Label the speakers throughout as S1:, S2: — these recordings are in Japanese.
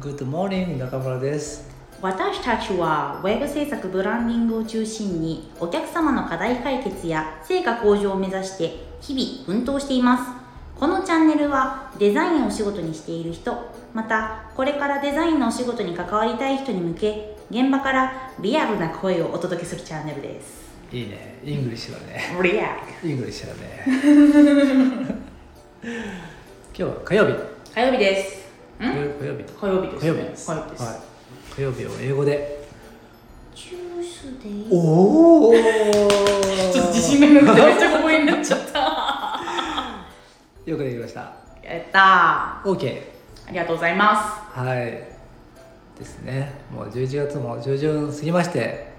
S1: Good morning 中村です
S2: 私たちはウェブ制作ブランディングを中心にお客様の課題解決や成果向上を目指して日々奮闘していますこのチャンネルはデザインをお仕事にしている人またこれからデザインのお仕事に関わりたい人に向け現場からリアルな声をお届けするチャンネルです
S1: いいねイングリッシュだね
S2: リアル
S1: イングリッシュだね 今日は火曜日
S2: 火曜日です
S1: 火
S2: ん
S1: 火曜日
S2: 火曜日です
S1: 火
S2: ね火曜日
S1: 曜日です
S2: です、
S1: はい、火曜日を英語で
S2: ジュースでいい
S1: おお
S2: ちょっと自信がなくてめっちゃ小声になっちゃった
S1: よくできました
S2: やったーあ
S1: OK
S2: りがとうございます
S1: はいですねもう11月も上旬過ぎまして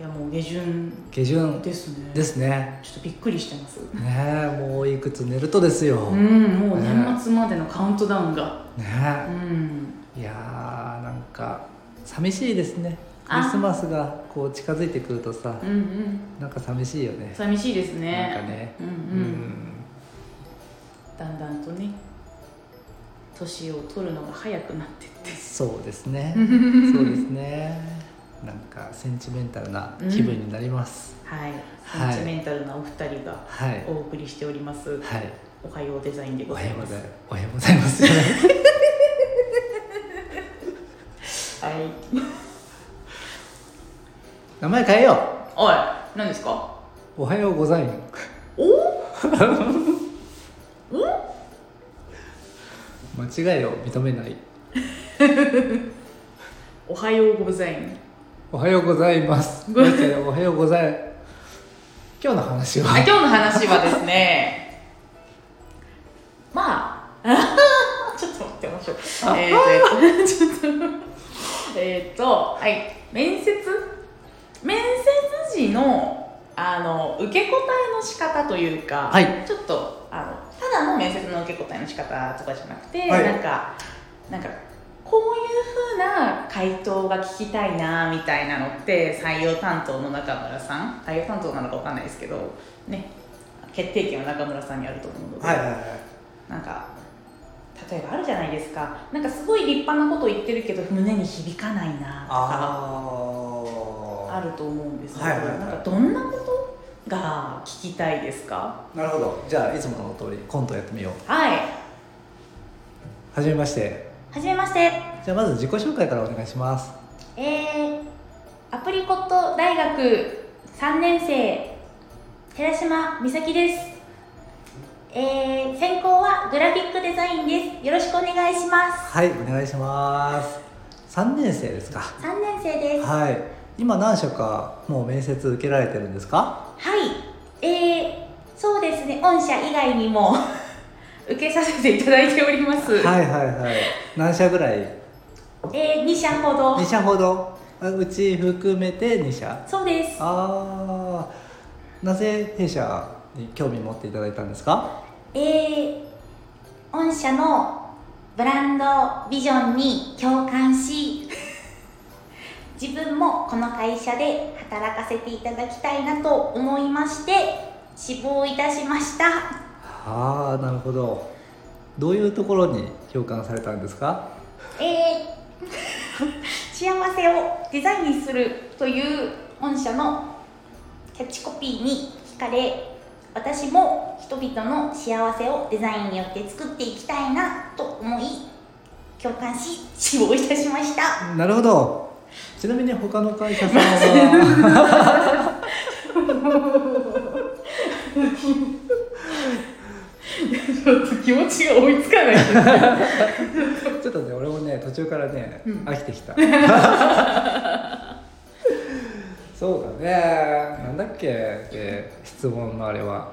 S2: いやもう下旬
S1: 下旬
S2: ですね
S1: ですね
S2: ちょっとびっくりしてます
S1: ねえもういくつ寝るとですよ、
S2: うん
S1: ね
S2: もう年末までのカウントダウンがう
S1: え
S2: ん
S1: いやーなんか寂しいですねク
S2: あ
S1: リスマスがこう近づいてくるとさ
S2: うんうん
S1: なんか寂しいよね
S2: 寂しいですね
S1: なんかね
S2: うんう、
S1: うん
S2: だんだんとね年を取るのが早くなってって
S1: そうですねそうですねなんかセンチメンタルな気分になります、
S2: はい
S1: はい
S2: センチメンタルなお二人が
S1: はい
S2: お送りしております
S1: はい
S2: おはようデザインで
S1: お
S2: ご
S1: は
S2: ざい
S1: よう
S2: ま
S1: ご
S2: す
S1: ざいおはようございます、
S2: はい
S1: 名前変えよ
S2: おい何ですか
S1: うおはようございます
S2: お お
S1: 間違いを認めない
S2: おはようございます
S1: おはようございます
S2: ご
S1: だけどおはようござい今日の話
S2: あ
S1: は
S2: 今日の話はですね まあ ちょっと待ってましょうえーと えーとえーと はい面接面接時のあの受け答えの仕方というか、
S1: はい
S2: ちょっとあのただの面接の受け答えの仕方とかじゃなくて、
S1: はい
S2: なんかなんかこういうふうな回答が聞きたいなみたいなのって採用担当の中村さん採用担当なのかわかんないですけどね決定権は中村さんにあると思うので、
S1: はいはい
S2: なんか例えばあるじゃないですかなんかすごい立派なこと言ってるけど胸に響かないなとかあ
S1: あ
S2: ると思うんですけど、
S1: はいはいはい
S2: なんかどんなことが聞きたいですか
S1: あなるほどじゃあいつもの通りコントやってみよう
S2: はい
S1: はじめまして
S2: はじめまして
S1: じゃあまず自己紹介からお願いします
S2: えー、アプリコット大学3年生寺島美咲です、えー、専攻はグラフィックデザインですよろしくお願いします
S1: はいお願いします3年生ですか
S2: 3年生で
S1: はい今何社かもう面接受けられてるんですか
S2: はいえー、そうですね御社以外にも受けさせていただいております、
S1: はいはいはい何社ぐらい
S2: えー、2社ほど
S1: 2社ほどあうち含めて2社
S2: そうです
S1: あーなぜ弊社に興味持っていただいたんですか
S2: えー、御社のブランドビジョンに共感し自分もこの会社で働かせていただきたいなと思いまして志望いたしました
S1: ああなるほどどういうところに共感されたんですか
S2: えー幸せをデザインするという御社のキャッチコピーに惹かれ私も人々の幸せをデザインによって作っていきたいなと思い共感し志望いたしました
S1: なるほどちなみに他の会社さん は
S2: ちょっと気持ちが追いつかない
S1: ちょっとね俺もね途中からね、
S2: うん
S1: 飽きてきたそうだねなんだっけって質問のあれは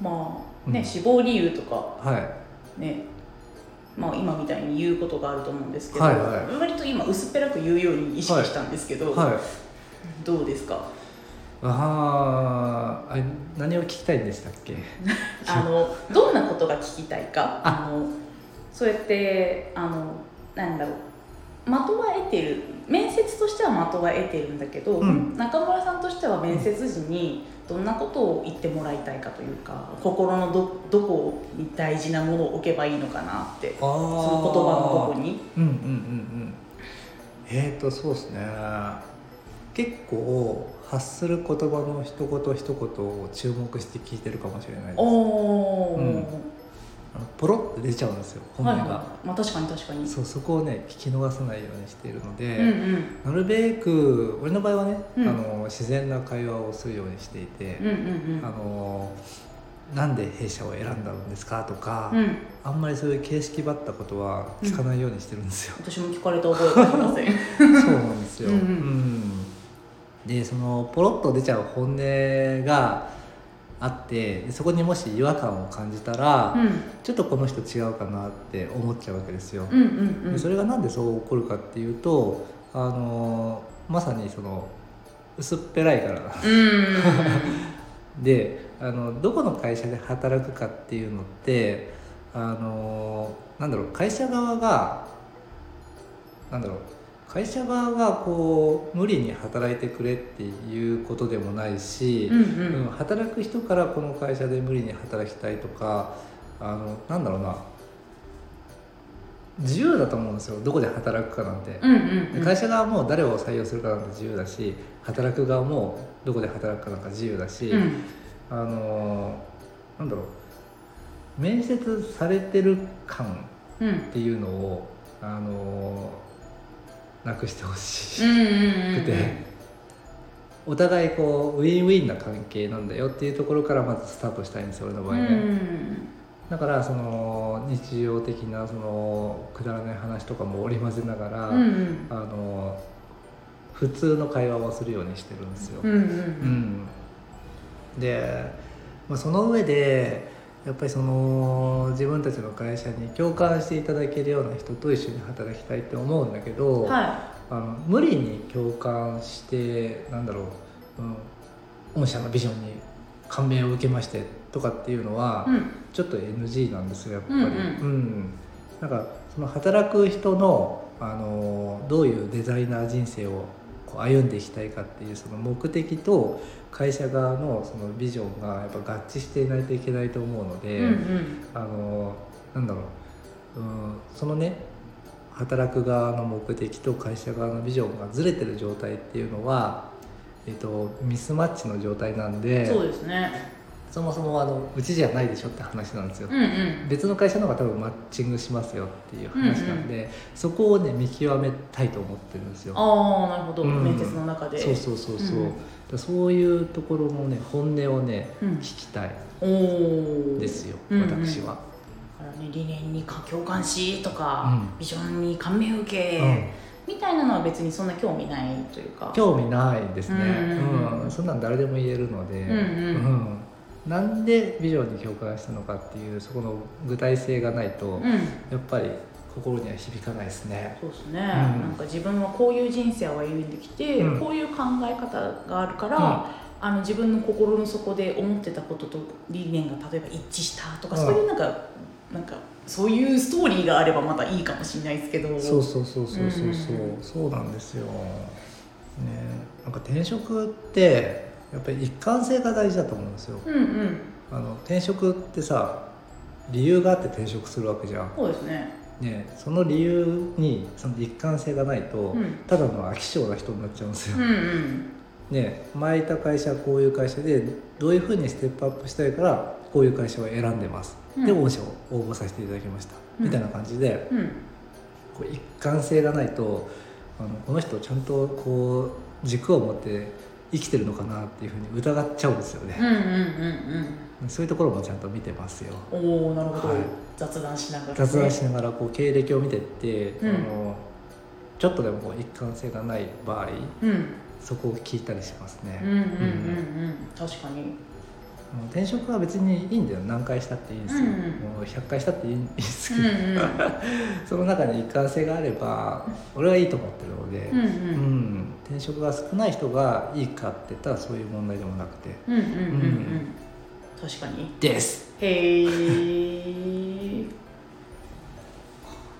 S2: まあ
S1: う
S2: ね
S1: ん
S2: 死亡理由とか
S1: はい
S2: ねまあ今みたいに言うことがあると思うんですけど、
S1: はいはい
S2: 割と今薄っぺらく言うように意識したんですけど、
S1: はい
S2: どうですか
S1: あーあれ何を聞きたいんでしたっけ
S2: あのどんなことが聞きたいか
S1: あ
S2: あのそうやってあのなんだろう的は得てる面接としては的は得てるんだけど、
S1: うん
S2: 中村さんとして者は面接時にどんなことを言ってもらいたいかというか心のどどこに大事なものを置けばいいのかなって
S1: そ
S2: その言葉のどこに
S1: うんうんうんうんえっ、ー、とそうですね結構発する言葉の一言一言を注目して聞いてるかもしれないです
S2: おお、
S1: うんあのポロって出ちゃうんですよ本
S2: はい
S1: 音が、
S2: はいまあ確かに確かに
S1: そうそこをね聞き逃さないようにしているので、
S2: うんうん
S1: なるべく俺の場合はね、
S2: うん
S1: あの自然な会話をするようにしていて、
S2: うんうん
S1: あのなんで弊社を選んだんですかとか、
S2: うんうん
S1: あんまりそういう形式ばったことは聞かないようにしてるんですよ。
S2: 私も聞かれた覚えがありません
S1: そうなんですよ。
S2: うんうん
S1: うんでそのポロッと出ちゃう本音があってでそこにもし違和感を感じたら、
S2: う
S1: ちょっとこの人違うかなって思っちゃうわけですよ。
S2: んうんうんうん
S1: でそれがなんでそう起こるかっていうとあのまさにその薄っぺらいからなんです
S2: うんうんうん
S1: であのどこの会社で働くかっていうのってあのなんだろう会社側がなんだろう会社側がこう無理に働いてくれっていうことでもないし、
S2: うんう
S1: うん
S2: ん
S1: 働く人からこの会社で無理に働きたいとかあのなんだろうな自由だと思うんですよどこで働くかなんて。
S2: うんうん
S1: 会社側も誰を採用するかなんて自由だし働く側もどこで働くかなんか自由だし、
S2: うん
S1: あのーなんだろう面接されてる感
S2: うんうん
S1: っていうのを、あのーなくしてほし
S2: うんうんう
S1: く
S2: ん
S1: て、お互いこうウィンウィンな関係なんだよっていうところからまずスタートしたいんですよ俺の場合ね。
S2: うん
S1: だからその日常的なそのくだらない話とかも織り交ぜながら、
S2: うんうん
S1: あの普通の会話をするようにしてるんですよ。
S2: うんうん
S1: うんで、まあ、その上でやっぱりその自分たちの会社に共感していただけるような人と一緒に働きたいって思うんだけど、
S2: うんは
S1: あの無理に共感してなんだろう、うん、御社のビジョンに感銘を受けましてとかっていうのは、
S2: いうん
S1: ちょっと NG なんですよやっぱり、
S2: う
S1: うんん
S2: うん
S1: なんかその働く人の、あのーどういうデザイナー人生をこう歩んでいきたいかっていうその目的と会社側のそのビジョンがやっぱ合致していないといけないと思うので、
S2: うんうん
S1: あのーなんだろう、うん、そのね働く側の目的と会社側のビジョンがずれてる状態っていうのは、えっとミスマッチの状態なんで
S2: そうですね
S1: そもそもあのうちじゃないでしょって話なんですよ。
S2: うんうん
S1: 別の会社の方が多分マッチングしますよっていう話なんで、そこをね見極めたいと思ってるんですよ。
S2: ああなるほど
S1: うん
S2: 面接の中で
S1: そうそうそうそう、
S2: うん
S1: だからそういうところのね本音をね、
S2: うん
S1: 聞きたい
S2: おお
S1: ですよ、
S2: うんうん
S1: 私は、
S2: だからね理念にか共感しとか、
S1: うん
S2: ビジョンに感銘を受け、
S1: うん
S2: みたいなのは別にそんな興味ないというか
S1: 興味ないですね、
S2: うん
S1: うんそんなん誰でも言えるので、
S2: うんうん
S1: うんなんでビジョンに共感したのかっていうそこの具体性がないと、
S2: うん
S1: やっぱり心には響かないですね。
S2: そうですね、
S1: うん
S2: なんか自分はこういう人生を歩んできて、
S1: うん
S2: こういう考え方があるから、
S1: うん
S2: あの自分の心の底で思ってたことと理念が例えば一致したとか、
S1: うん
S2: そういうなんかなんかそういうストーリーがあればまたいいかもしれないですけど
S1: そうそうそうそうそうそう、
S2: うんうんうん
S1: そうなんですよねなんか転職ってやっぱり一貫性が大事だと思うんですよ
S2: うんうん
S1: あの転職ってさ理由があって転職するわけじゃん、
S2: そうですね
S1: ね、その理由にその一貫性がないと、
S2: うん
S1: ただの飽き性な人になっちゃうんですよ
S2: うん、うん
S1: ね前いた会社はこういう会社でどういうふうにステップアップしたいからこういう会社を選んでます、
S2: うん
S1: で御社を応募させていただきました、
S2: うん
S1: みたいな感じで
S2: うん
S1: こう一貫性がないとあのこの人ちゃんとこう軸を持って生きてるのかなっていうふうに疑っちゃうんですよ
S2: うんうん
S1: ね、
S2: うんうん
S1: そういうところもちゃんと見てますよ
S2: おおなるほど、
S1: はい
S2: 雑談しながらね、
S1: 雑談しながらこう経歴を見てって、
S2: うん
S1: あのちょっとでもこう一貫性がない場合
S2: うん
S1: そこを聞いたりしますね、
S2: うんうんうんうん
S1: うん
S2: 確かに
S1: あの転職は別にいいんだよ何回したっていいんですよ、
S2: うん
S1: もう100回したっていいんです
S2: う
S1: け
S2: ん
S1: ど、その中に一貫性があれば俺はいいと思ってるので、
S2: うんうん
S1: うん、転職が少ない人がいいかって言ったらそういう問題でもなくて
S2: うんうんうんうんうん確かに
S1: です
S2: へえ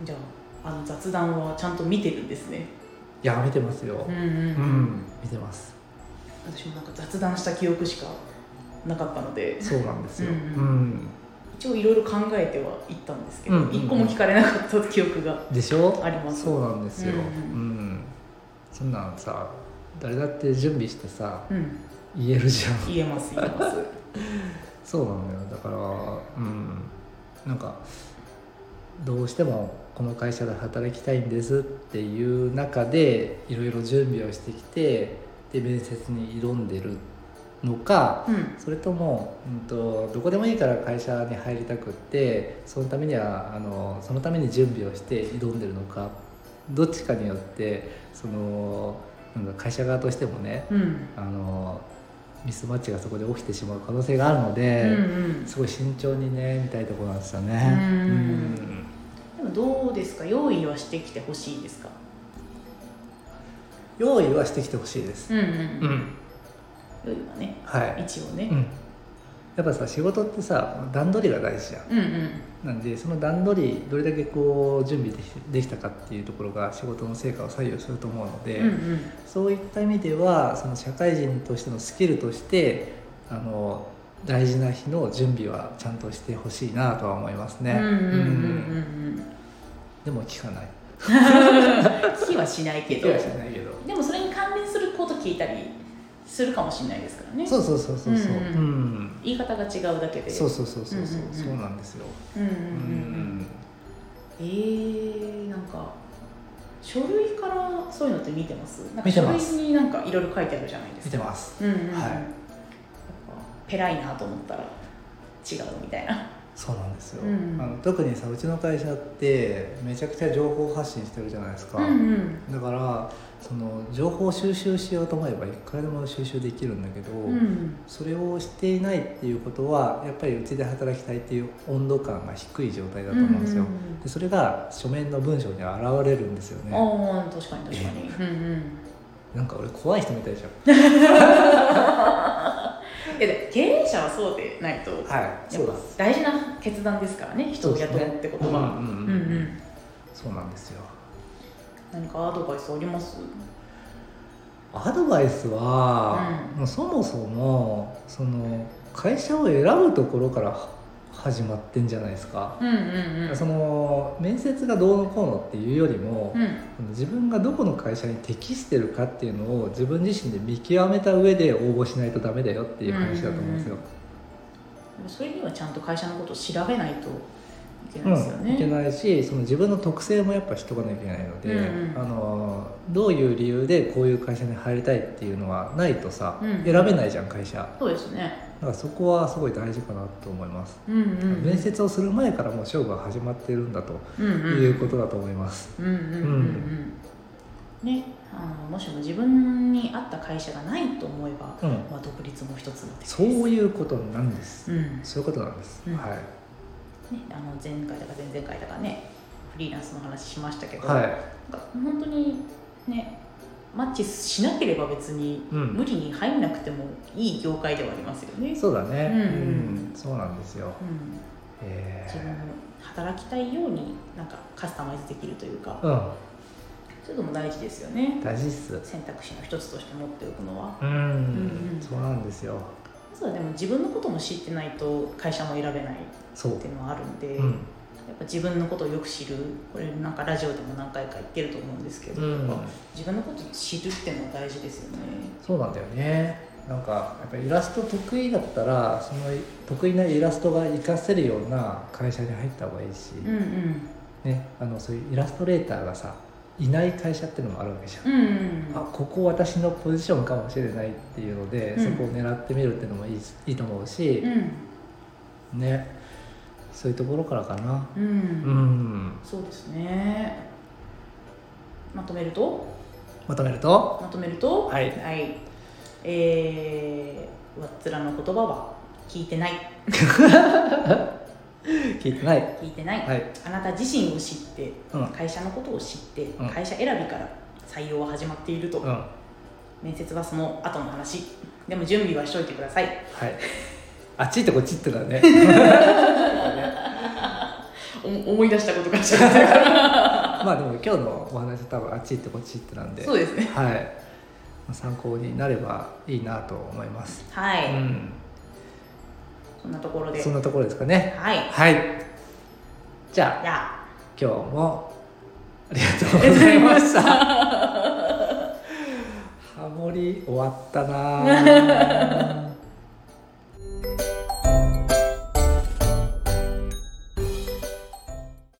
S2: じゃああの雑談はちゃんと見てるんですね
S1: いや見てますよ
S2: うんう
S1: うん見てます
S2: 私もなんか雑談した記憶しかなかったので
S1: そうなんですよ、
S2: う
S1: うんん
S2: 一応いろいろ考えてはいったんですけど、
S1: うんうんうん
S2: 一個も聞かれなかった記憶が
S1: でしょ
S2: あります
S1: そうなんですよ、
S2: う
S1: うんんそんなんさ誰だって準備してさ
S2: うん
S1: 言えるじゃん
S2: 言えます言えます
S1: そうなんだよだからうんなんかどうしてもこの会社で働きたいんですっていう中でいろいろ準備をしてきてで面接に挑んでるのか
S2: うん
S1: それとも、うん、とどこでもいいから会社に入りたくってそのためにはあのそのために準備をして挑んでるのかどっちかによってそのなんか会社側としてもね
S2: うん
S1: あのミスマッチがそこで起きてしまう可能性があるので
S2: う、ん
S1: すごい慎重にね見たいところなんですよね。
S2: うんう
S1: うん
S2: ん、でもどうですか用意はしてきてほしいですか
S1: 用意はしてきてほしいです。
S2: うんうん、
S1: うん、
S2: 用意はね
S1: はい、
S2: 一応
S1: う
S2: ね、
S1: ん、やっぱさ仕事ってさ段取りが大事じゃん。
S2: うん、うん
S1: なんでその段取りどれだけこう準備できできたかっていうところが仕事の成果を左右すると思うので、
S2: うんうん
S1: そういった意味ではその社会人としてのスキルとしてあの大事な日の準備はちゃんとしてほしいなとは思いますね。
S2: うんうんうん
S1: うん
S2: うんうん
S1: でも聞かない。
S2: 聞きはしないけ
S1: 聞
S2: ど
S1: きはしないけど。
S2: でもそれに関連すること聞いたりするかもしれないですからね
S1: そうそうそうそうそう。
S2: うう
S1: うん
S2: ん
S1: ん。
S2: 言い方が違うだけで
S1: そうそうそうそうそう
S2: うんうんうん
S1: そうなんですよ。
S2: うんうんう
S1: うんん。
S2: うんえー、なんか書類からそういうのって見てますなんか
S1: 見て
S2: 書
S1: ま
S2: 類
S1: す
S2: になんかいろいろ書いてあるじゃないです
S1: 見
S2: か
S1: てます。
S2: うんうんうん、
S1: はい
S2: やっぱペライなと思ったら違うみたいな
S1: そうなんですよ。
S2: うんうん
S1: あの特にさうちの会社ってめちゃくちゃ情報発信してるじゃないですか。
S2: うん
S1: だからその情報収集しようと思えばいくらでも収集できるんだけど。
S2: うんうん
S1: それをしていないっていうことはやっぱりうちで働きたいっていう温度感が低い状態だと思うんですよ、でそれが書面の文章に現れるんですよね
S2: ああ確かに確かに、うんうん
S1: なんか俺怖い人みたいじゃん
S2: えで経営者はそうでないと
S1: はい、
S2: やっぱ大事な決断ですからね人を雇うってことは、
S1: うん
S2: う
S1: うんん
S2: う
S1: うんんそうなんですよ。
S2: 何かアドバイスあります
S1: アドバイスは、
S2: うん
S1: もうそもそもその会社を選ぶところからは始まってんじゃないですか。
S2: うんうんうん
S1: その面接がどうのこうのっていうよりも
S2: う、ん
S1: 自分がどこの会社に適してるかっていうのを自分自身で見極めた上で応募しないとダメだよっていう話だと思うんですよ。
S2: でもそれにはちゃんと会社のことを調べないといけ
S1: う
S2: ないですよ
S1: ん、
S2: ね。
S1: いけないしその自分の特性もやっぱ知っとかなきゃいけないので、
S2: うんうん
S1: あのどういう理由でこういう会社に入りたいっていうのはないとさ、
S2: うん
S1: 選べないじゃん会社だ
S2: そうですね。
S1: からそこはすごい大事かなと思います、
S2: うんうん。
S1: 面接をする前からもう勝負が始まってるんだと
S2: うんうん
S1: いうことだと思います、
S2: うんうんうんうん。ね、あのもしも自分に合った会社がないと思えば、
S1: うん
S2: まあ独立も一つの手です。
S1: そういうことなんです、
S2: うん。
S1: そういうことなんです、
S2: うん
S1: はい
S2: ね、あの前回だか前々回だかね、フリーランスの話しましたけど、
S1: はい
S2: なんか本当にね。マッチしなければ別に
S1: うん
S2: 無理に入んなくてもいい業界ではありますよね、
S1: そうだね、
S2: うん
S1: うんそうなんですよ、
S2: うん、
S1: え
S2: 自分の
S1: ー
S2: 働きたいようになんかカスタマイズできるというかそういうのも大事ですよ
S1: う
S2: ね
S1: ん大事っす
S2: 選択肢の一つとして持っておくのは
S1: うん、
S2: うん
S1: そうなんですよ
S2: まずはでも自分のことも知ってないと会社も選べないっ
S1: そう
S2: ていうのはあるんで、
S1: う
S2: や
S1: ん
S2: っぱ自分のことをよく知るこれなんかラジオでも何回か言ってると思うんですけど、
S1: うん
S2: やっぱ自分のことを知るっていうのは大事ですよね
S1: そうなんだよねなんかやっぱイラスト得意だったらその得意なイラストが活かせるような会社に入った方がいいし、
S2: うんうん
S1: ね、あのそういうイラストレーターがさいない会社っていうのもあるわけじゃ
S2: う
S1: ん、
S2: んうん
S1: あここ私のポジションかもしれないっていうので、
S2: うん
S1: そこを狙ってみるっていうのもいいしいいと思うし
S2: う、ん
S1: ねそういうところからかな
S2: うん、
S1: うん
S2: そうですねまとめると
S1: まとめると
S2: まとめると
S1: はい
S2: はい、えー、わっつらの言葉は聞いてない
S1: 聞いてない
S2: 聞いてない、
S1: はい
S2: あなた自身を知って、
S1: うん
S2: 会社のことを知って、
S1: うん
S2: 会社選びから採用は始まっていると、
S1: うんは
S2: 面接はその後の話でも準備はしといてください
S1: い あっち行ってこっち行ってだね
S2: お思い出したことがしちゃ ったから
S1: まあでも今日のお話は多分あっち行ってこっち行ってなんで
S2: そうですね
S1: はい参考になればいいなと思います、
S3: はい、
S1: うん、
S3: そんなところで
S1: そんなところですかね
S3: はい
S1: はいじゃあ
S3: じゃあ
S1: 今日もありがとうございましたハモリ終わったなあ